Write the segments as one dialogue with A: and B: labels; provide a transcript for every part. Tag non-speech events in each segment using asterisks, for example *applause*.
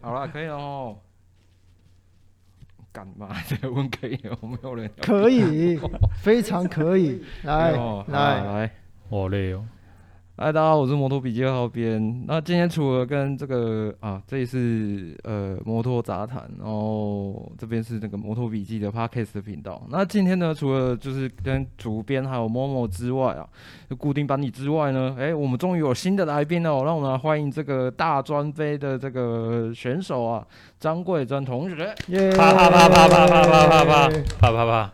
A: 好了，可以了哦。干嘛？这问可以了，没有人要
B: 可以，非常可以，来
A: 没哎有好
B: 哎来，
A: 来。
C: 好累哦。
A: 嗨，大家哎好，我是摩托笔记号边。那今天除了跟这个啊，这里是呃摩托杂谈，然后这边是那个摩托笔记的 podcast 的频道。那今天呢，除了就是跟主编还有 Momo 之外啊，就固定班底之外呢，哎、我们终于有新的来宾了哦，让我们来欢迎这个大专杯的这个选手啊，张贵珍同学。
B: 耶！
C: 啪啪啪啪啪啪啪啪啪啪啪啪。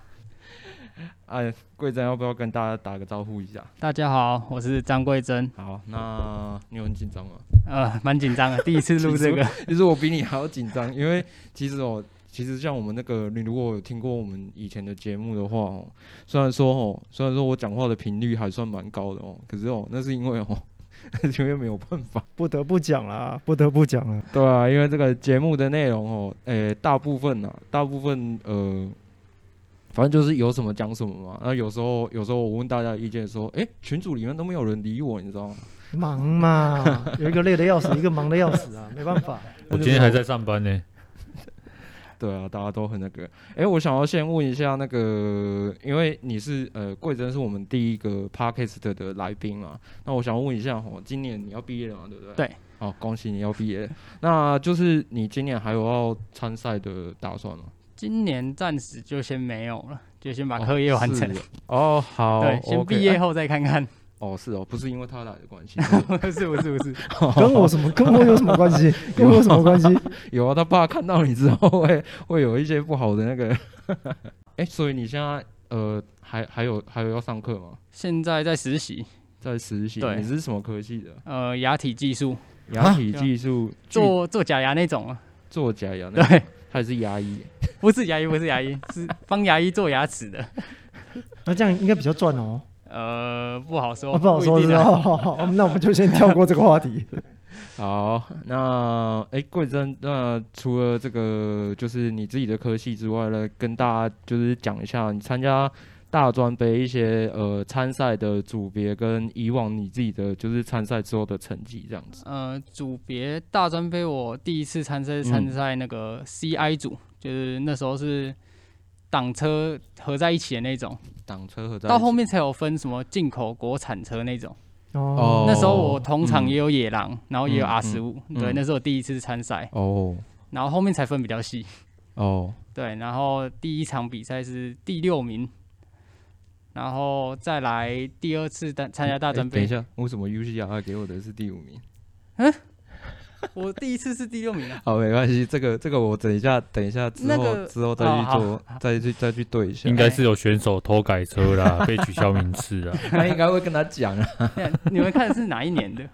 A: 哎，贵珍要不要跟大家打个招呼一下？
D: 大家好，我是张桂珍，
A: 好，那你有很紧张吗？
D: 呃，蛮紧张的，第一次录这个，
A: *laughs* 其实我比你还要紧张，因为其实哦，其实像我们那个，你如果有听过我们以前的节目的话哦，虽然说哦，虽然说我讲话的频率还算蛮高的哦，可是哦，那是因为哦， *laughs* 那是因为没有办法。
B: 不得不讲啦，不得不讲啦，
A: 对啊，因为这个节目的内容哦，诶、大部分啊，大部分呃，反正就是有什么讲什么嘛。那有时候有时候我问大家的意见说，诶、群组里面都没有人理我，你知道吗？
B: 忙嘛，有一个累的要死，一个忙的要死啊，没办法。
C: 我今天还在上班呢。
A: 对啊，大家都很那个。哎，我想要先问一下那个，因为你是呃桂珍是我们第一个 podcast 的来宾嘛，那我想要问一下哦，今年你要毕业了嘛，对不对？
D: 对。
A: 好，恭喜你要毕业。那就是你今年还有要参赛的打算吗？
D: 今年暂时就先没有了，就先把啊课业完成
A: 哦。是哦，好，
D: 对，先
A: OK
D: 毕业
A: 哎
D: 后再看看。 *laughs*
A: 哦，是哦，不是因为他来的关系，是
D: 不是不是不是，
B: 跟我什么跟我有什么关系？跟我有什么关系？
A: 有啊，他爸看到你之后会会有一些不好的那个。 *laughs* 哎，所以你现在呃还还有还有要上课吗？
D: 现在在实习，
A: 在实习，
D: 对
A: 你是什么科系的？
D: 呃，牙体技术，
A: 牙体技术啊做
D: 做做假牙那种啊，
A: 做假牙，那
D: 对，
A: 他也是牙医，
D: 不是牙医，不是牙医， *laughs* 是帮牙医做牙齿的。
B: *laughs* 那这样应该比较赚哦。
D: 呃，不好说，
B: 啊不好说，
D: 一
B: 是
D: 定
B: 吧？
D: 啊
B: 好好好，那我们就先跳过这个话题。
A: 好，那哎、桂珍，那除了这个就是你自己的科系之外呢，跟大家就是讲一下你参加大专杯一些呃参赛的组别跟以往你自己的就是参赛之后的成绩这样子。
D: 呃，组别大专杯我第一次参赛是参赛那个 CI 组，就是那时候是挡车合在一起的那种。
A: 挡车和在
D: 到
A: 一起
D: 后面才有分什么进口、国产车那种。
A: 哦
D: 那时候我同场
A: 嗯
D: 也有野狼，然后也有
A: 嗯
D: R 十五，
A: 嗯
D: 对，
A: 嗯
D: 那是我第一次参赛，
A: 哦
D: 然后后面才分比较细。
A: 哦
D: 对，然后第一场比赛是第六名，然后再来第二次参参加大专
A: 诶等一
D: 杯，
A: 下，为什么 UCR 给我的是第五名？
D: 我第一次是第六名啊。 *laughs*
A: 好，没关系，这个这个我等一下，等一下之后、
D: 那个
A: 之后再
D: 哦
A: 去
D: 好
A: 做，再去再去对一下 *laughs*
C: 应。该是有选手偷改车啦，被取消名次啦。
A: 他应该会跟他讲啊。
D: 那你们看的是哪一年的？
A: *laughs*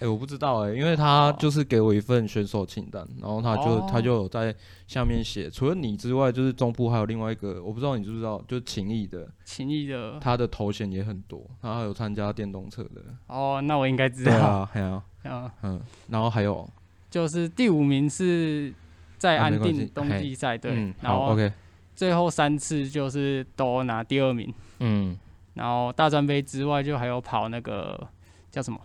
A: 哎、我不知道哎、因为他就是给我一份选手清单，然后他就、他
D: 哦
A: 就有在下面写，除了你之外，就是中部还有另外一个，我不知道你知不知道，就是情谊的，
D: 情谊
A: *laughs*
D: 的
A: 他的头衔也很多，他还有参加电动车的，
D: 哦，那我应该知
A: 对
D: 道。
A: 啊，还有、啊、
D: *laughs* 嗯，
A: 嗯，然后还有
D: 就是第五名是在
A: 啊
D: 安
A: 没关系
D: 定冬
A: 嘿
D: 季赛，对
A: 嗯，，
D: 然
A: 好
D: 后
A: ，OK，
D: 最后三次就是都拿第二名。
A: 嗯，
D: 然后大专杯之外，就还有跑那个叫什么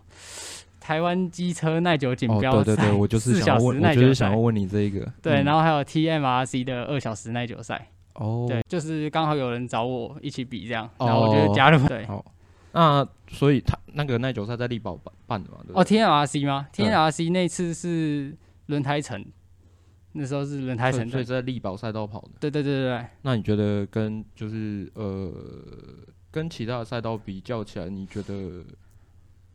D: 台湾机车耐久锦
A: 哦，
D: 标赛、
A: 对对对，我就是
D: 四
A: 想
D: 小
A: 要
D: 时
A: 问，我
D: 耐
A: 就是
D: 久
A: 想
D: 赛
A: 要，问你这一个，
D: 对，
A: 嗯
D: 然后还有 TMRC 的二小时耐久赛，
A: 哦，
D: 对，就是刚好有人找我一起比这样，
A: 哦
D: 然后我就加入，对，
A: 好，那所以他那个耐久赛在力宝办办的嘛，对不
D: 哦
A: 对？
D: TMRC 吗
A: 对
D: ？TMRC 那次是轮胎城，那时候是轮胎
A: 所
D: 城
A: 以所以
D: 的，
A: 是在力宝赛道跑的。
D: 对对对对对，
A: 那你觉得跟就是呃跟其他的赛道比较起来，你觉得呃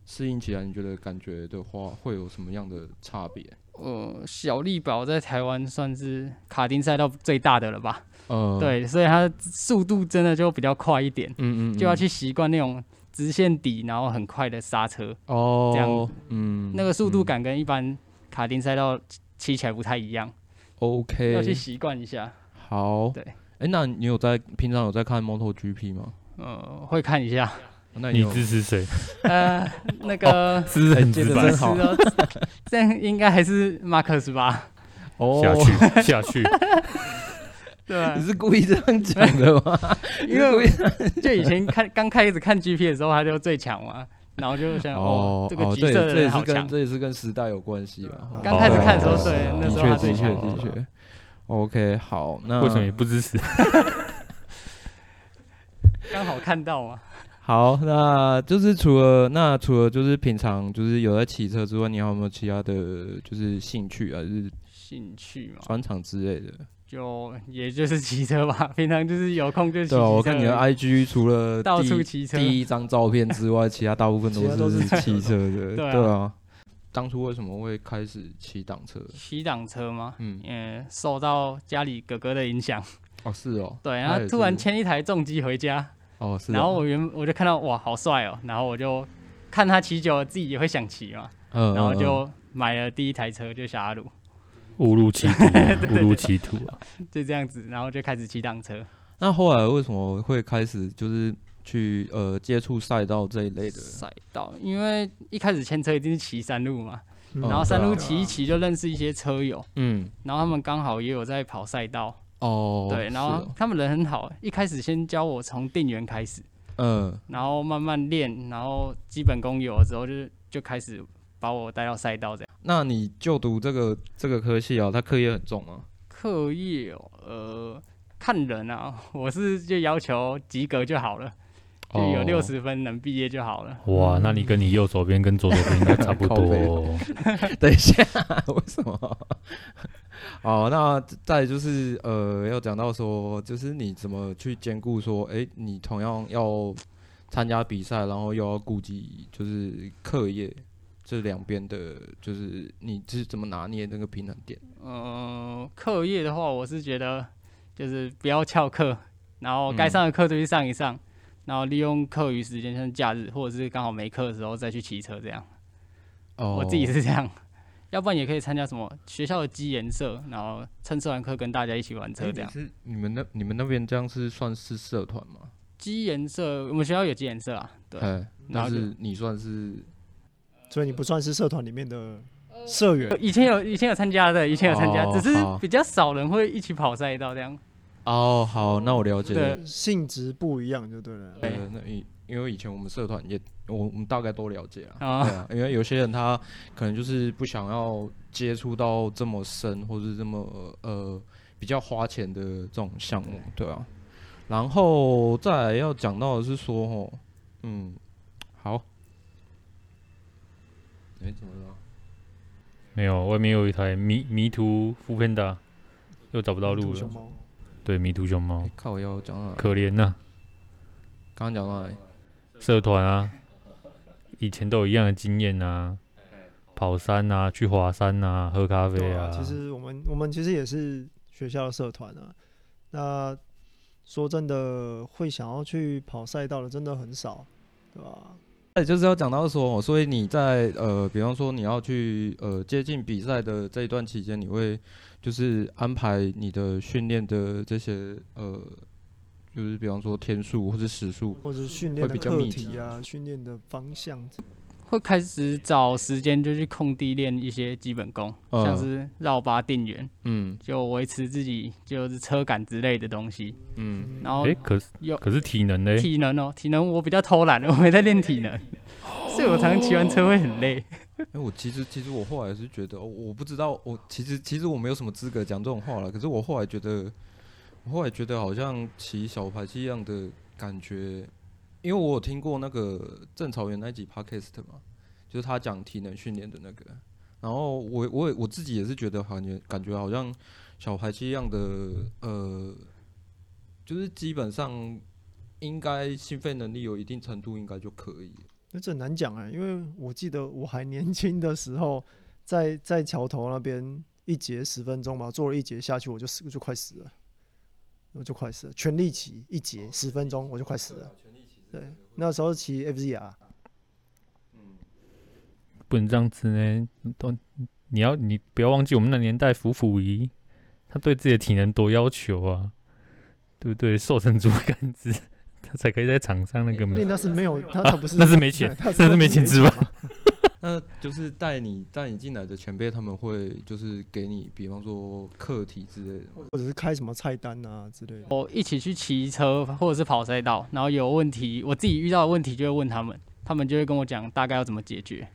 A: 适应起来，你觉得感觉的话会有什么样的差别？
D: 呃，小力宝在台湾算是卡丁赛道最大的了吧？
A: 呃，，
D: 对，所以它速度真的就比较快一点。
A: 嗯嗯，
D: 就要
A: 嗯
D: 去习惯那种直线底，然后很快的刹车，
A: 哦，
D: 这样子
A: 嗯，
D: 那个速度
A: 嗯
D: 感跟一般卡丁赛道骑骑起来不太一样，要去
A: 嗯，OK，
D: 习惯一下。
A: 好，
D: 对
A: 哎，那你有在平常有在看 MotoGP 吗？
D: 呃，会看一下。 *laughs*
A: 那
C: 你
A: 有
C: 支持谁？哎
D: 呃，那个
C: 支持很
A: 接
C: 直
A: 着
C: 白
A: 哦真好
D: 是哦，这样应该还是马克思吧？
A: 哦，
C: 下去下去。
D: 对
A: *laughs* 你，是故意这样讲的吗？
D: 因为就以前看刚开始看 GP 的时候，他就最强嘛，然后就想哦，这个
A: 哦
D: 橘
A: 这也
D: 色的
A: 这也
D: 人
A: 是
D: 好强
A: 跟。这也是跟时代有关系吧。哦
D: 刚开始看的时候，
C: 哦
D: 对，那时候他
A: 的确的
D: 最
A: 确
D: 强。
A: 的确。OK，好，那
C: 为什么也不支持？
D: 刚好看到嘛。
A: 好，那就是除了那除了就是平常就是有在骑车之外，你还有没有其他的就是兴趣啊，就是
D: 兴趣嘛，
A: 专场之类的？
D: 就也就是骑车吧，平常就是有空就骑
A: 对啊，我看你
D: 车
A: 的
D: 而已，
A: IG 除了
D: 到
A: 第
D: 处骑车。
A: 第一张照片之外，其他大部分
D: *laughs*
B: 其他
A: 都
B: 都
A: 是
B: 是
A: 骑车的，
D: 对啊
A: 对啊。当初为什么会开始骑挡车？
D: 骑挡车吗？
A: 嗯，
D: 嗯，受到家里哥哥的影响， *laughs*
A: 哦，是哦，
D: 对，
A: 他
D: 然
A: 也
D: 后突然
A: 是
D: 牵一台重机回家，
A: 哦，是哦，
D: 然后我原我就看到哇，好帅哦，然后我就看他骑久了，自己也会想骑嘛，
A: 嗯，
D: 然后
A: 嗯
D: 就买了第一台车，就小阿鲁，
C: 误入歧途啊，误入歧途啊！
D: 就这样子，然后就开始骑挡车。
A: 那后来为什么会开始就是去呃接触赛道这一类的？
D: 赛道，因为一开始牵车一定是骑山路嘛，
B: 嗯
D: 然后山
A: 对啊
D: 路骑一骑就认识一些车友，
A: 嗯，
D: 然后他们刚好也有在跑赛道，
A: 哦，
D: 对，然
A: 是
D: 后
A: 哦
D: 他们人很好，一开始先教我从定员开始，
A: 嗯，
D: 然后慢慢练，然后基本功有了之后就，是就开始把我带到赛道这样。
A: 那你就读这个这个科系啊，它课业很重吗？
D: 课业、哦，呃，看人啊， *laughs* 我是就要求及格就好了，就有
A: 哦
D: 六十分能毕业就好了。
C: 哇，那你跟你右手边跟左手边应该差不
A: 靠
C: 多
A: 背
C: 哦。
A: *laughs* 等一下，为什么？ *laughs* 哦，那再来就是呃，要讲到说，就是你怎么去兼顾说，诶，你同样要参加比赛，然后又要顾及就是课业这两边的，就是你是怎么拿捏那个平衡点？
D: 嗯，课业的话，我是觉得就是不要翘课，然后该
A: 嗯
D: 上的课就去上一上，然后利用课余时间，像假日或者是刚好没课的时候再去骑车这样。
A: 哦，
D: 我自己是这样，要不然也可以参加什么学校的机研社，然后趁吃完课跟大家一起玩车
A: 诶你
D: 这样。
A: 是你们那你们那边这样是算是社团吗？
D: 机研社，我们学校有机研社啊，对，
A: 哎，
D: 然
A: 但
D: 后就是
A: 你算是
B: 所以你不算是社团里面的社员，
D: 以前有以前有参加的，以前有参加，
A: 哦
D: 只是
A: 好
D: 比较少人会一起跑赛道这样。
A: 哦，好，那我了解了
D: 对。
B: 性质不一样就对了。
D: 对
A: 呃，那以因为以前我们社团也，我我们大概都了解啊，
D: 啊
A: 对啊，因为有些人他可能就是不想要接触到这么深，或是这么呃比较花钱的这种项目，对啊。然后再来要讲到的是说，哦，嗯，好，哎、怎么了？
C: 没有，外面有一台迷迷途副片的，又找不到路
B: 土
C: 了
B: 熊。猫
C: 对，迷途熊猫
A: 哎，靠，我要讲到哪？
C: 可怜呐、
A: 刚刚讲到哪里？
C: 社团啊，以前都有一样的经验啊，跑山啊，去华山啊，喝咖啡
B: 对
C: 啊。
B: 啊，其实我们我们其实也是学校的社团啊。那说真的，会想要去跑赛道的真的很少，对吧？
A: 哎，就是要讲到说，所以你在呃，比方说你要去呃接近比赛的这一段期间，你会就是安排你的训练的这些呃，就是比方说天数或是时数。
B: 或者是训练
A: 会
B: 的
A: 比较
B: 课
A: 密集
B: 题啊，训练的方向。
D: 会开始找时间就去空地练一些基本功，
A: 嗯
D: 像是绕八定圆，
A: 嗯
D: 就维持自己就是车感之类的东西。
A: 嗯，
D: 然后
C: 哎、可是
D: 有
C: 可是体能嘞，
D: 体能哦，体能我比较偷懒，我没在练体能，
A: 哦
D: 所以我常常骑完车会很累。
A: 哎、我其实其实我后来是觉得，哦我不知道，我其实其实我没有什么资格讲这种话了。可是我后来觉得，我后来觉得好像骑小排气一样的感觉，因为我有听过那个郑朝元那一集 podcast 嘛，就是他讲体能训练的那个。然后我我也我自己也是觉得，好像感觉好像小排气一样的，呃，就是基本上应该心肺能力有一定程度，应该就可以。
B: 那这很难讲啊，因为我记得我还年轻的时候，在在桥头那边一节十分钟吧，做了一节下去，我就死，我就快死了，我就快死了，全力骑一
A: 哦
B: 节十分钟，我就快死了。对，那时候骑 FZR，
C: 不能这样子呢。都你要你不要忘记我们那年代服服仪，他对自己的体能多要求啊，对不对？瘦成竹竿子， *laughs* 他才可以在场上那个嘛
A: 嗯
B: 那。那是没
A: *laughs*
B: 有，他他不是，
C: 那是没钱
B: 他
C: 那是没钱吃吧
B: 吧？
A: 那就是带你带你进来的前辈，他们会就是给你，比方说课题之类的吗。
B: *laughs* 或者是开什么菜单啊之类的。
D: 哦我一起去骑车或者是跑赛道，然后有问题，我自己遇到的问题就会问他们，他们就会跟我讲大概要怎么解决，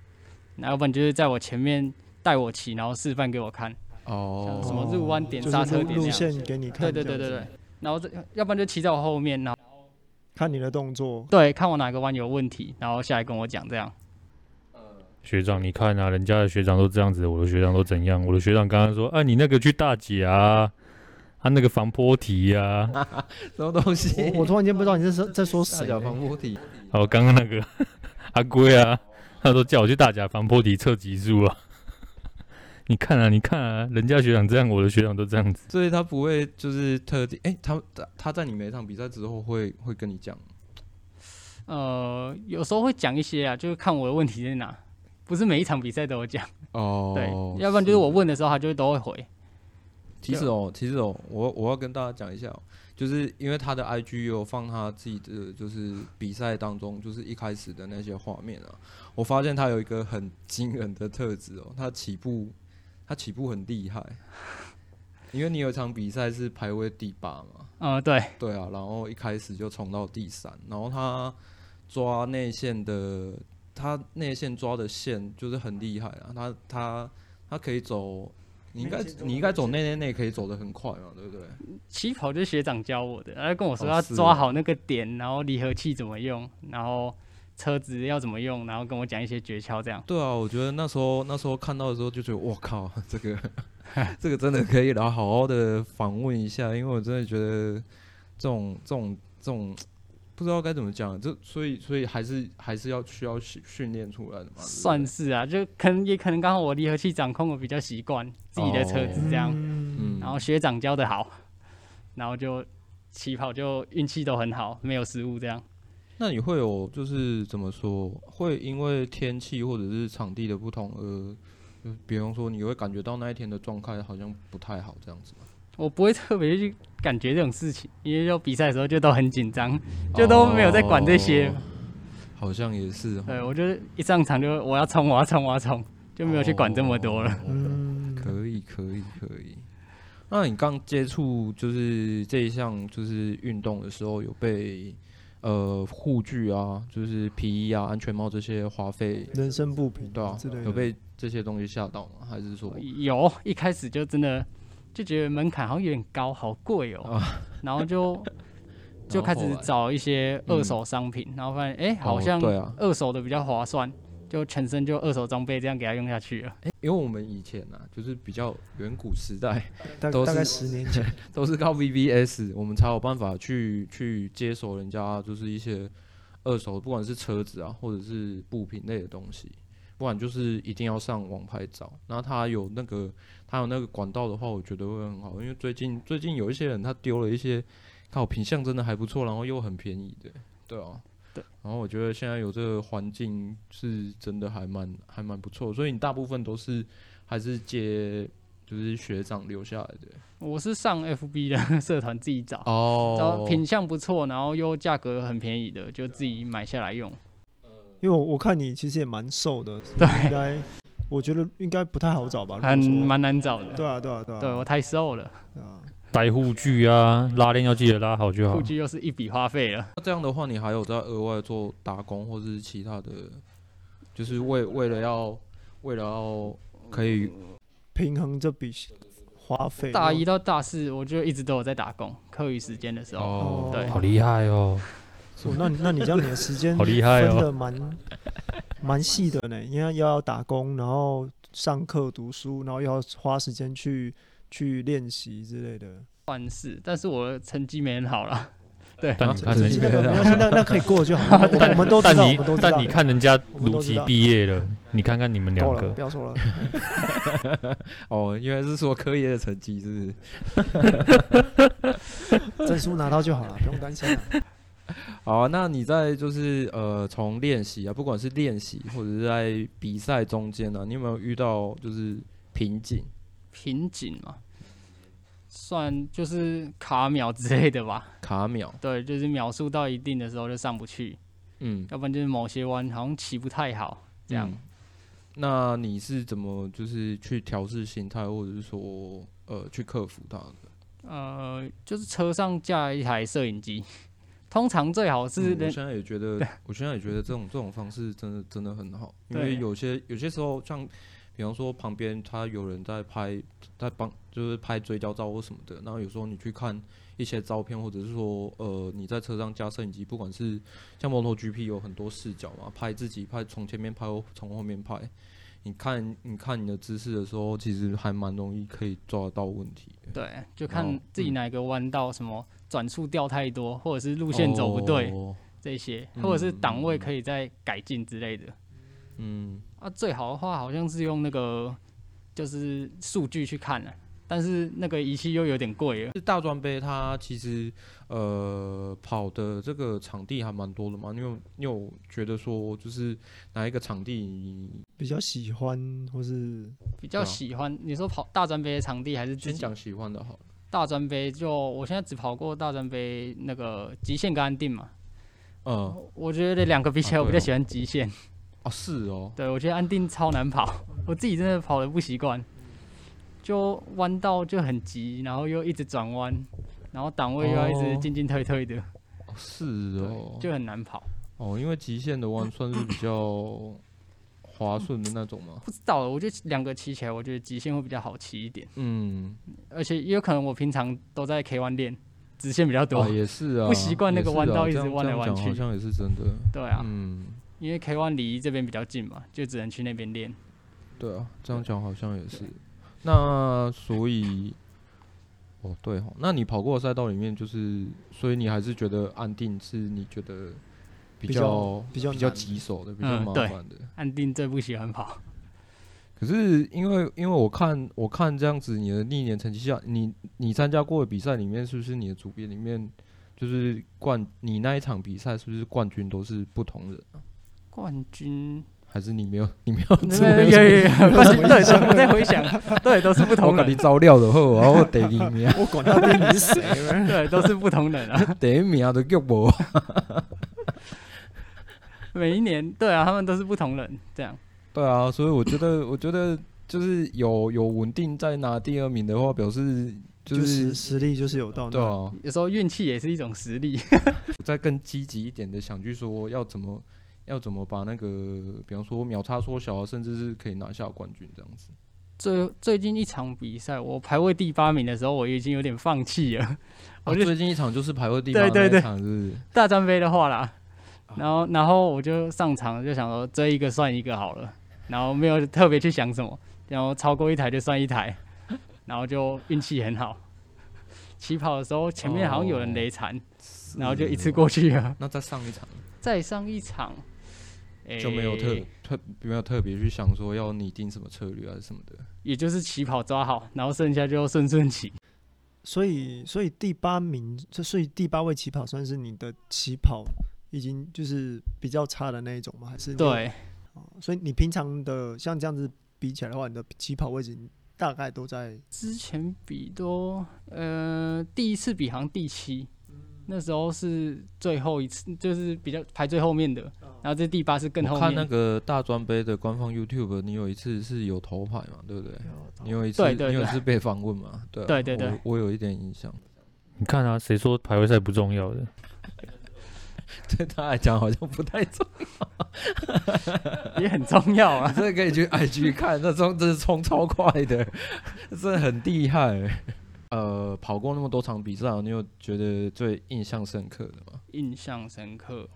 D: 那要不然就是在我前面带我骑，然后示范给我看，像什
A: 哦，
D: 么入弯点、
B: 就是
D: 刹车
B: 路
D: 点那
B: 路
D: 样。
B: 线给你看，
D: *laughs* 对对对对对，，然后这要不然就骑在我后面，然后
B: 看你的动作，
D: 对看我哪个弯有问题，然后下来跟我讲这样。
C: 学长，你看啊，人家的学长都这样子，我的学长都怎样？我的学长刚刚说，啊，你那个去大姐啊，他、那个防波堤啊，
A: 什么东西？
B: 我我突然间不知道你在说在
A: *laughs* 大
B: 说哦谁啊
D: 嗯
A: 脚防波体，
C: 还有刚刚那个阿龟啊，他都叫我去大甲防波堤测级数啊。 *laughs* 你看啊，你看啊，人家学长这样，我的学长都这样子。
A: 所以他不会就是特地哎、他他他在你每一场比赛之后会会跟你讲，
D: 呃，有时候会讲一些啊，就是看我的问题在哪，不是每一场比赛都有讲，
A: 哦，
D: 对，要不然就是我问的时候他就都会回，
A: 其实哦，其实哦，我我要跟大家讲一下、哦，就是因为他的 IG 有放他自己的，就是比赛当中，就是一开始的那些画面啊，我发现他有一个很惊人的特质哦，他起步，他起步很厉害，因为你有一场比赛是排位第八嘛，
D: 嗯，对，
A: 对啊，然后一开始就冲到第三，然后他抓内线的，他内线抓的线就是很厉害啊，他他他可以走，你应该
B: 内线走
A: 你应该走内内内可以走得很快嘛，对不对？
D: 起跑就是学长教我的，他跟我说
A: 哦
D: 要
A: 是哦
D: 抓好那个点，然后离合器怎么用，然后车子要怎么用，然后跟我讲一些诀窍这样。
A: 对啊，我觉得那时候那时候看到的时候就觉得，我靠， *laughs* 这个这个真的可以，然后好好的访问一下，因为我真的觉得这种这种这种不知道该怎么讲，这所以所以还是还是要需要训训练出来的嘛，对不对
D: 算是啊，就可能也可能刚好我离合器掌控我比较习惯自己的车子
A: 哦
D: 这样，
B: 嗯，
D: 然后学长教的好，然后就起跑就运气都很好，没有失误这样。
A: 那你会有就是怎么说，会因为天气或者是场地的不同而，就比方说你会感觉到那一天的状态好像不太好这样子吗？
D: 我不会特别去感觉这种事情，因为就比赛的时候就都很紧张，就都没有在管这些
A: 哦好像也是哦，
D: 对我就是一上场就我要冲，我要冲，我要冲，就没有去管这么多了。
A: 哦
B: 嗯，
A: 可以，可以，可以。那你刚接触就是这一项就是运动的时候，有被呃护具啊，就是皮衣啊、安全帽这些花费，
B: 人生不平
A: 对啊
B: 之类，的，
A: 有被这些东西吓到吗？还是说
D: 有一开始就真的就觉得门槛好像有点高，好贵哦、
A: 啊
D: 然
A: *laughs*
D: 后就就开
A: 然后
D: 始
A: 后来嗯
D: 找一些二手商品，然后发现哎、诶好
A: 哦
D: 像
A: 对啊
D: 二手的比较划算，就全身就二手装备这样给他用下去了。
A: 因为我们以前啊，就是比较远古时代，
B: 大
A: 都
B: 大概
A: 是
B: 十年前，
A: *laughs* 都是靠 VVS，我们才有办法去去接手人家就是一些二手，不管是车子啊，或者是布品类的东西，不然就是一定要上网拍照。那他有那个他有那个管道的话，我觉得会很好，因为最近最近有一些人他丢了一些，靠品相真的还不错，然后又很便宜的，对啊。
D: 对，
A: 然后我觉得现在有这个环境是真的还蛮还蛮不错，所以你大部分都是还是接就是学长留下来的
D: 我是上 FB 的 *laughs* 社团自己找，
A: 哦
D: 然后品相不错，然后又价格很便宜的，就自己买下来用。
B: 因为我我看你其实也蛮瘦的，
D: 对，
B: 应该我觉得应该不太好找吧，如果
D: *laughs* 很
B: 说
D: 蛮难找的。
B: 对啊对啊对啊，
D: 对我太瘦了，
B: 对啊，
C: 带护具啊，拉链要记得拉好
A: 哦
C: 就好
D: 护。具又是一笔花费了。
A: 那这样的话，你还有在额外做打工，或是其他的，就是为为了要为了要可以
B: 平衡这笔花费，哦
D: 大一到大四，我就一直都有在打工，课余时间的时候。
A: 哦， *laughs*
D: 对
C: 好厉害哦！
B: 哦，那你那你这样你的时间
C: 好厉害哦
B: 分的蛮蛮细的呢，因为又要打工，然后上课读书，然后又要花时间去去练习之类的。
D: 算是，但是我的成绩没很好啦。 *laughs*
C: 但你看人
B: 那个
A: 对
B: 没
A: 啊
B: 关系，那那可以过就好，我们我们都知
C: *laughs* 但
B: 道，我
C: 你
B: 们都知道
C: 但你看人家
B: 我们
C: 鲁
B: 都知
C: 级
B: 道
C: 毕业了，你看看你们两
B: 够了，
C: 个
B: 不，要说了。
A: 哦，原来是说科业的成绩是不是
B: 证书拿到就好了，不用担心了。
A: 好啊、那你在就是呃，从练习啊，不管是练习或者是在比赛中间啊呢、你有没有遇到就是瓶颈？
D: 瓶颈嘛，算就是卡秒之类的吧。 *laughs*
A: 卡秒，
D: 对，就是秒数到一定的时候就上不去，
A: 嗯，
D: 要不然就是某些弯好像骑不太好，这样。
A: 嗯那你是怎么就是去调试心态，或者是说呃去克服它的？
D: 呃，就是车上架一台摄影机， *laughs* 通常最好是
A: 嗯我
D: 人
A: 现在也觉得，我现在也觉得这种这种方式真的真的很好，因
D: 对
A: 为有些有些时候像，比方说旁边他有人在拍，在帮就是拍追焦照或什么的，然后有时候你去看一些照片，或者是说呃你在车上加摄影机，不管是像摩托 GP 有很多视角嘛，拍自己拍从前面拍或从后面拍，你看你看你的姿势的时候，其实还蛮容易可以抓得到问题的。
D: 对，就
A: 哦
D: 看自己哪一个弯道什么转速掉太多，或者是路线走不对、
A: 哦
D: 这些，
A: 嗯
D: 或者是档位可以再改进之类的。
A: 嗯，
D: 啊，最好的话好像是用那个就是数据去看了、但是那个仪器又有点贵了。
A: 是大专杯，它其实呃跑的这个场地还蛮多的嘛。你有你有觉得说，就是哪一个场地你
B: 比较喜欢或是
D: 比较
A: 对啊
D: 喜欢你说跑大专杯的场地还是自
A: 先
D: 己
A: 讲喜欢的好了？
D: 大专杯就我现在只跑过大专杯那个极限跟安定嘛，
A: 嗯，
D: 我觉得两个比起来，
A: 啊
D: 我比
A: 对哦
D: 较喜欢极限。
A: 哦是哦，
D: 对，我觉得安定超难跑， *laughs* 我自己真的跑的不习惯，就弯道就很急，然后又一直转弯，然后档位又要一直
A: 哦
D: 进进退退的，
A: 哦是哦
D: 对，，就很难跑。
A: 哦因为极限的弯算是比较滑顺的那种嘛。
D: 不知道，我觉得两个骑起来，我觉得极限会比较好骑一点，
A: 嗯，
D: 而且也有可能我平常都在 K 弯练，直线比较多。
A: 啊也是啊，
D: 不习惯那个
A: 也是啊
D: 弯道一直
A: 这样
D: 弯来弯
A: 这
D: 去
A: 样讲好像也是真的。
D: 对啊，
A: 嗯，
D: 因为 K 弯离这边比较近嘛，就只能去那边练。
A: 对啊，这样讲好像也是。那所以，哦对哦，那你跑过的赛道里面，就是所以你还是觉得安定是你觉得比
B: 比较
A: 较
B: 比较
A: 比较
B: 难
A: 棘手的，比较
D: 嗯
A: 麻
D: 对
A: 烦的。
D: 安定最不喜欢跑，
A: 可是因为因为我看我看这样子你的历年成绩下，你你参加过的比赛里面，是不是你的组别里面就是冠你那一场比赛是不是冠军都是不同人啊？
D: 冠军
A: 还是你没有你没有
D: 没
A: 这
D: 有
A: 个
D: 有有有冠军，对对，我在回想，对，都是不
A: 我
D: 同
A: 跟你
D: 人，
A: 照料的 *laughs* 后，然后第二名，啊
B: 我管他店里是谁呗，
D: *laughs* 对，都是不同人啊。
A: 第一名都叫我。
D: 每一年，对啊，他们都是不同人，这样
A: *laughs* 对啊，所以我觉得，我觉得就是有有稳定在拿第二名的话，表示就
B: 就是实实力就是有到
A: 对
B: 那，
A: 啊，
D: 有时候运气也是一种实力。
A: 再更积极一点的想去说要怎么要怎么把那个，比方说秒差缩小啊，甚至是可以拿下冠军这样子。
D: 最最近一场比赛，我排位第八名的时候，我已经有点放弃了。
A: 我、
D: 我就
A: 啊最近一场就是排位第八
D: 对对
A: 那
D: 对
A: 一场，是不是？
D: 大张杯的话啦，
A: 啊
D: 然后然后我就上场就想说追一个算一个好了，然后没有特别去想什么，然后超过一台就算
A: *laughs*
D: 一台，然后就运气很好。起跑的时候前面好像有人雷残， *laughs* 然后就一次过去了。
A: 那再上一场
D: 再上一场，诶
A: 就没有特、特没有特别去想说要拟定什么策略还啊是什么的。
D: 也就是起跑抓好，然后剩下就顺顺起。
B: 所以所以第八名，这所以第八位起跑算是你的起跑已经就是比较差的那一种吗？还是你有
D: 对，
B: 哦所以你平常的像这样子比起来的话，你的起跑位置大概都在
D: 之前比都呃第一次比好像第七，那时候是最后一次，就是比较排最后面的，然后这第八是更后
A: 我看那
D: 面。
A: 个大专杯的官方 YouTube，你有一次是有头牌嘛，对不对？你有一次，
D: 哦对对
A: 你有一
D: 对
A: 次被访问嘛？对啊
D: 对对对
A: 我，我有一点印象。
C: 你看啊，谁说排位赛不重要的？
A: 对他来讲好像不太
D: *laughs*
A: 重要，
D: 也很重要啊。
A: 这可以去 IG 看，那冲真是冲超快的， *laughs* 真的很厉害。欸呃，跑过那么多场比赛，啊你有觉得最印象深刻的吗？
D: 印象深刻，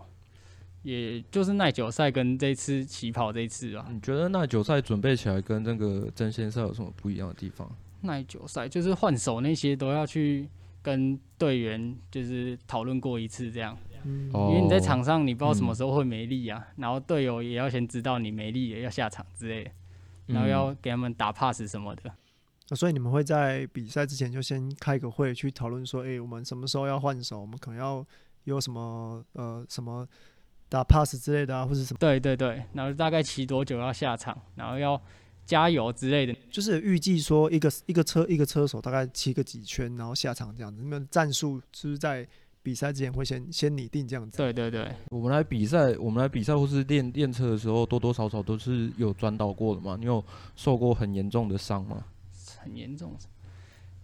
D: 也就是耐久赛跟这次起跑这一次啊。
A: 你觉得那九赛准备起来跟那个争先赛有什么不一样的地方？
D: 耐久赛就是换手那些都要去跟队员就是讨论过一次这样。
B: 嗯
A: 哦
D: 因为你在场上你不知道什么
A: 嗯
D: 时候会没力啊，然后队友也要先知道你没力了要下场之类的，然后
A: 嗯
D: 要给他们打 pass 什么的。
B: 那所以你们会在比赛之前就先开个会去讨论说，哎、我们什么时候要换手？我们可能要有什么呃什么打 pass 之类的啊，或者什么，
D: 对对对，然后大概骑多久要下场，然后要加油之类的。
B: 就是预计说一个一个车一个车手大概骑个几圈，然后下场这样子。你们战术是不是在比赛之前会先先拟定这样子？
D: 对对对，
A: 我们来比赛，我们来比赛或是练练车的时候，多多少少都是有转导过的嘛。你有受过很严重的伤吗？
D: 很严重。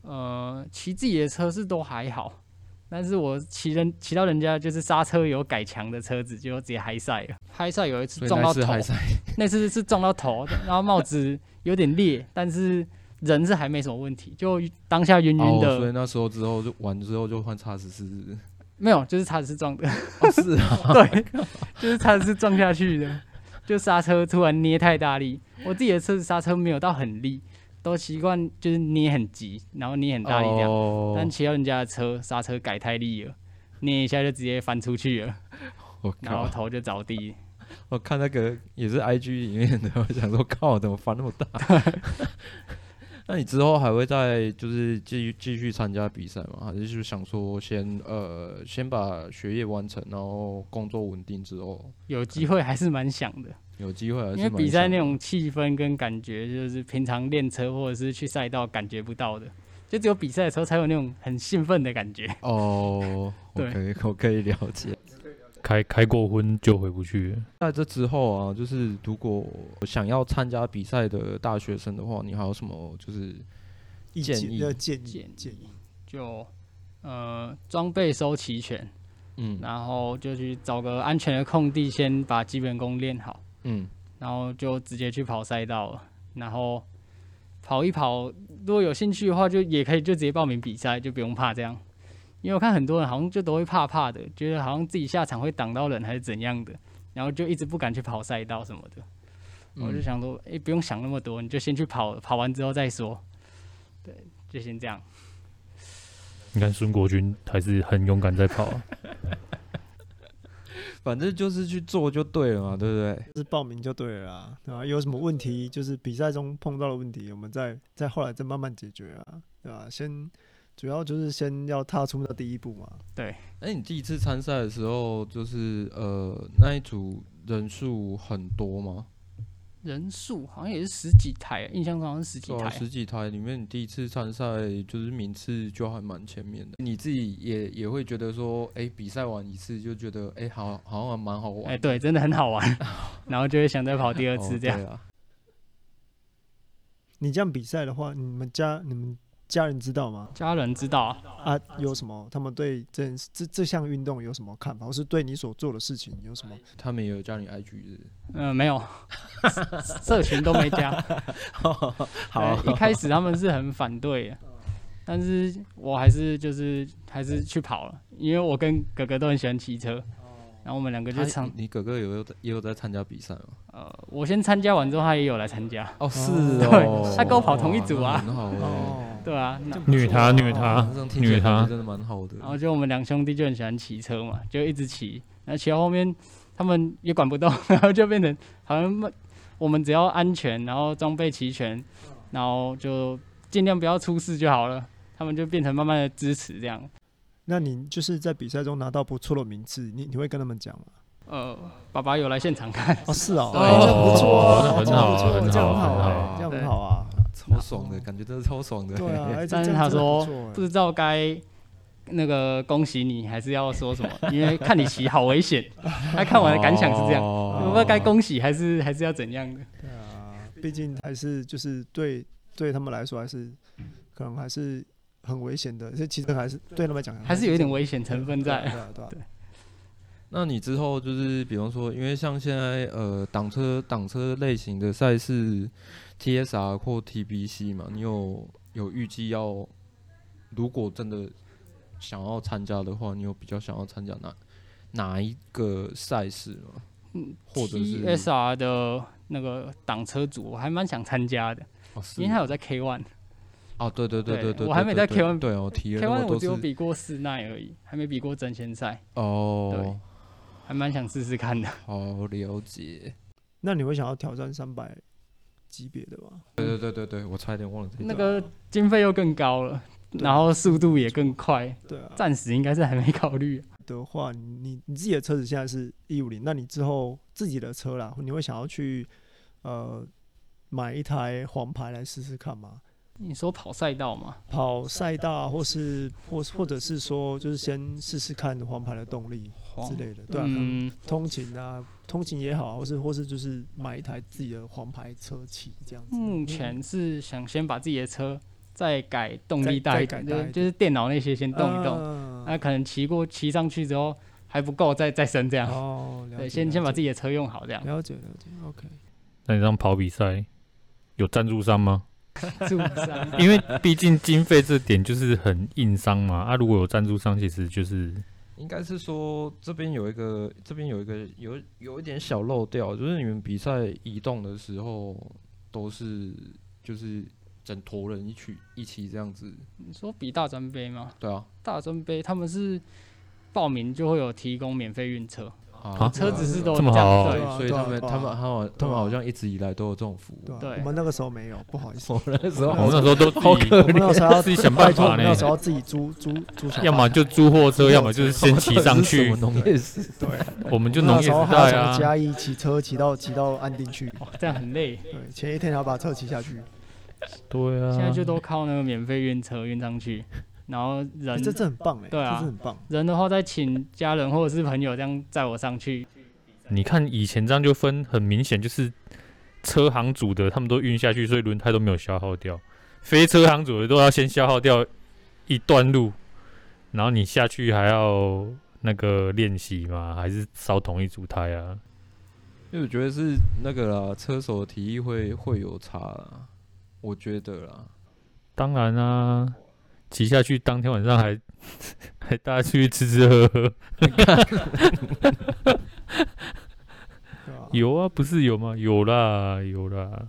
D: 呃，骑自己的车是都还好，但是我骑人骑到人家就是刹车有改强的车子，结果直接嗨赛了。嗨赛有一次
A: 所以
D: 撞
A: 那
D: 到
A: 次
D: 头
A: 还，在
D: 那次是 *laughs* 撞到头，然后帽子有点裂，但是人是还没什么问题，就当下晕晕
A: 哦，
D: 嗯的，
A: 所以那时候之后就完之后就换叉十四，
D: 没有，就是差点是撞的，
A: 哦是啊， *laughs*
D: 对，就是差点是撞下去的，就刹车突然捏太大力，我自己的车子刹车没有到很力，都习惯就是捏很急，然后捏 *laughs* 很大力这样，
A: 哦
D: 但骑到人家的车刹车改太力了，捏一下就直接翻出去
A: 哦
D: 了，
A: 我
D: 然后
A: 靠，
D: 头就着地。
A: 我看那个也是 IG 里面的，我想说靠，怎么翻那么大？ *laughs* 那你之后还会再就是继续继续参加比赛吗？还是就想说先呃先把学业完成，然后工作稳定之后
D: 有机会还是蛮想的，
A: 有机会还是
D: 因为
A: 蛮
D: 比赛
A: 想
D: 那种气氛跟感觉，就是平常练车或者是去赛道感觉不到的，就只有比赛的时候才有那种很兴奋的感觉。
A: 哦，我
D: 对
A: 可以我可以了解。
C: 开开过婚就回不去了。
A: 在这之后啊，就是如果想要参加比赛的大学生的话，你还有什么就是
B: 意
A: 建
B: 见
A: 议
B: 要建
D: 建
B: 议
D: 议
B: 建议，
D: 就呃装备收齐全，
A: 嗯
D: 然后就去找个安全的空地，先把基本功练好，
A: 嗯
D: 然后就直接去跑赛道了。然后跑一跑，如果有兴趣的话，就也可以就直接报名比赛，就不用怕这样。因为我看很多人好像就都会怕怕的，觉得好像自己下场会挡到人还是怎样的，然后就一直不敢去跑赛道什么的。我就
A: 嗯
D: 想说，诶，不用想那么多，你就先去跑，跑完之后再说。对，就先这样。
C: 你看孙国军还是很勇敢在跑、啊，
A: 反正就是去做就对了嘛，对不对？
B: 就是报名就对了啦，对吧、有什么问题，就是比赛中碰到的问题，我们再再后来再慢慢解决啊，对吧、先主要就是先要踏出那第一步嘛，
A: 哎、你第一次参赛的时候，就是呃那一组人数很多吗？
D: 人数好像也是十几台，印象中好像是十几
A: 对
D: 台。
A: 啊，十几台里面，你第一次参赛就是名次就还蛮前面的。你自己也也会觉得说，哎、比赛完一次就觉得，哎、好好像还蛮好玩
D: 哎、。对，真的很好
A: *laughs*
D: 玩，然后就会想再跑第二次这样。
A: 哦、对啊。
B: 你这样比赛的话，你们家你们家人知道吗？
D: 家人知道啊，
B: 啊，有什么？他们对这件事这这项运动有什么看法，或是对你所做的事情有什么？
A: 他们也有叫你 IG 是不是
D: 嗯、没有，社群都
A: *laughs*
D: 没加。好，一开始他们是很反对的，但是我还是就是还是去跑了，因为我跟哥哥都很喜欢骑车，然后我们两个就
A: 哦他
D: 常
A: 你哥哥有有在也有在参加比赛吗？
D: 呃，我先参加完之后，他也有来参加，
A: 哦，是
D: 对他跟我跑同一组啊
A: 哇那很好哎，
B: 哦，
D: 对啊，那
C: 虐他虐他
A: 这样听起
C: 虐
A: 来感
C: 他
A: 觉，啊真的蛮好的
D: 然。后就我们两兄弟就很喜欢骑车嘛，就一直骑，然后骑到后面他们也管不动， *laughs* 然后就变成好像慢我们只要安全，然后装备齐全，然后就尽量不要出事就好了。他们就变成慢慢的支持这样，
B: 那你就是在比赛中拿到不错的名次，你你会跟他们讲吗？
D: 呃，爸爸有来现场看，
B: 哦，是哦，
D: 对
B: 哎这样不错啊，
C: 哦
B: 这样不错
C: 那很好
B: 这样好
C: 很
A: 好
B: 啊，这样很好啊，
A: 超爽
D: 哦
A: 的感觉，真的超爽的。
B: 对 *laughs* 啊，
A: *laughs*
B: 哎，这
D: 但是
B: 这样
D: 他
B: 真的不
D: 说
B: 错哎
D: 不知道该那个恭喜你还是要说什么，因为看你骑好危险。他看完的感想是这样，我不知道
A: 样
D: 该恭喜还是还是要怎样的。
B: 对啊，毕竟还是就是对对他们来说还是可能还是很危险的，这其实还是对他们来讲
D: 还是有一
B: 这
D: 点
B: 样
D: 危险成分
B: 对啊
D: 在。
B: 对啊对啊
D: *laughs* 对
A: 那你之后就是，比方说，因为像现在呃，挡车挡车类型的赛事，TSR 或 TBC 嘛，你有有预计要，如果真的想要参加的话，你有比较想要参加哪哪一个赛事吗？
D: 嗯
A: 或者是
D: TSR 的那个挡车组，我还蛮想参加的，
A: 哦，是
D: 因为他有在 K One，K
A: 哦，对对对
D: 对
A: 对对，
D: 我还没
A: 对
D: 在
A: 对
D: K1
A: 对哦，提了那
D: One
A: 么
D: 我
A: 多
D: 只有
A: 次
D: 比过室内而已，还没比过争先赛，
A: 哦，
D: 还蛮想试试看的。
A: 好了解。
B: 那你会想要挑战三百级别的吗？
A: 对对对对对，我差一点忘了这一
D: 那
A: 段
D: 个经费又更高了，
B: 对
D: 然后速度也更快，
B: 对啊，
D: 暂时应该是还没考虑。
B: 的话，你你自己的车子现在是一五零，那你之后自己的车啦，你会想要去呃买一台黄牌来试试看吗？
D: 你说跑赛道嘛，
B: 跑赛道啊，或是或或者是说，就是先试试看黄牌的动力之类的，对啊，可能
D: 嗯，
B: 通勤啊，通勤也好，或是或是就是买一台自己的黄牌车骑这样子。
D: 目前是想先把自己的车再改动
B: 再
D: 力大
B: 再
D: 一
B: 改
D: 点，
B: 大一
D: 就
B: 点
D: 就是电脑那些先动一动，哎
B: 啊
D: 那、可能骑过骑上去之后还不够，再再升这样。
B: 哦，了
D: 对，
B: 解
D: 先
B: 了
D: 先把
B: 解
D: 自己的车用好这样。
B: 了解了解，OK，
C: 那你这样跑比赛有赞助商吗？
D: *laughs* 助啊伤
C: *laughs* 因为毕竟经费这点就是很硬伤嘛。啊，如果有赞助商，其实就是
A: 应该是说这边有一个，这边有一个有有一点小漏掉，就是你们比赛移动的时候都是就是整坨人一起一起这样子，
D: 你说比大专杯吗？
A: 对啊，
D: 大专杯他们是报名就会有提供免费运车，
A: 啊
D: 车子是都有
C: 这么
D: 样
C: 好哦
D: 对
B: 啊
A: 所以
B: 对啊
A: 他们
B: 对啊
A: 他们他们他
B: 对
A: 们
B: 啊
A: 好像一直以来都有这种服务
B: 对，啊，
D: 对
B: 我们那个时候
C: *laughs*
B: 没有，不好意思，
A: 我那时候
B: 哦
C: 我
A: 好
C: 们
A: 像
C: 那时候都好
B: 我们那时
C: *laughs*
B: 候要
C: 自己想办
B: 拜托
C: 法
B: 我们那
C: 呢
B: 时，候要自己租租租小
C: 要么就租货车，要么就是先骑上
B: *laughs*
C: 去
A: 我。们到底是什么农业时代，
C: 我们就
B: 我们那
C: 农业
B: 时候
C: 时
B: 还要
C: 代
B: 从
C: 啊，
B: 嘉义骑车骑到骑到安定
C: *laughs*
B: 去，
D: 哦，这样很累。
B: 对，前一天还要把车骑下
D: 嗯
B: 去，
C: 对啊，
D: 现在就都靠那个免费运车运上去，然后
B: 哎
D: 人
B: 这这很棒哎，
D: 对啊
B: 这是很棒，
D: 人的话再请家人或者是朋友这样载我上去，
C: 你看以前这样就分，很明显就是车行组的他们都运下去，所以轮胎都没有消耗掉。非车行组的都要先消耗掉一段路，然后你下去还要那个练习嘛，还是烧同一组胎啊？
A: *laughs* 因为我觉得是那个啦，车手的提议会会有差啦，我觉得啦，
C: 当然啊，骑下去当天晚上还 *laughs* 还大家出去吃吃喝喝，
B: 对吧？
C: *laughs* 有啊，不是有吗？有啦，有啦。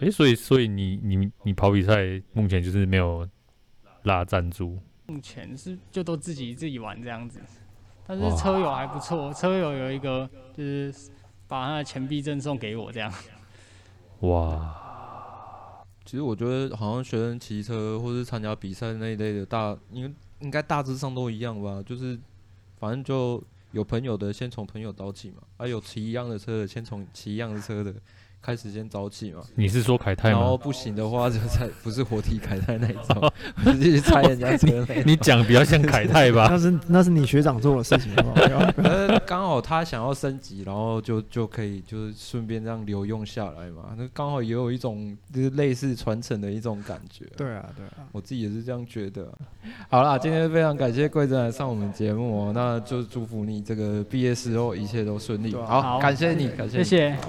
C: 诶，所以所以你你你跑比赛目前就是没有拉赞助。
D: 目前是就都自己自己玩这样子。但是车友还不错，车友有一个就是把他的钱币赠送给我这样。
C: 哇，
A: 其实我觉得好像学生骑车或是参加比赛那一类的大，因为应该大致上都一样吧，就是反正就有朋友的先从朋友找起嘛，啊有骑一样的车的先从骑一样的车的开始先找起嘛，
C: 你是说凯泰
A: 然后
C: 吗？
A: 不行的话就才不是活体凯泰那一种， *laughs* 直接去拆人家车那
C: *laughs*
A: 一种。
C: 你讲比较像凯泰吧？ *laughs*
B: 那是那是你学长做的事情，好不啊好不要
A: 可是呃刚好他想要升级，然后就就可以就是顺便这样留用下来嘛，那刚好也有一种就是类似传承的一种感觉。
B: 对啊对啊，
A: 我自己也是这样觉得啊、嗯好啦，今天非常感谢贵珍来上我们节目哦，那就祝福你这个毕业时候一切都顺利。
B: 对啊
A: 好，
D: 好
A: 感谢你，感谢
D: 谢
A: 你。
D: 谢。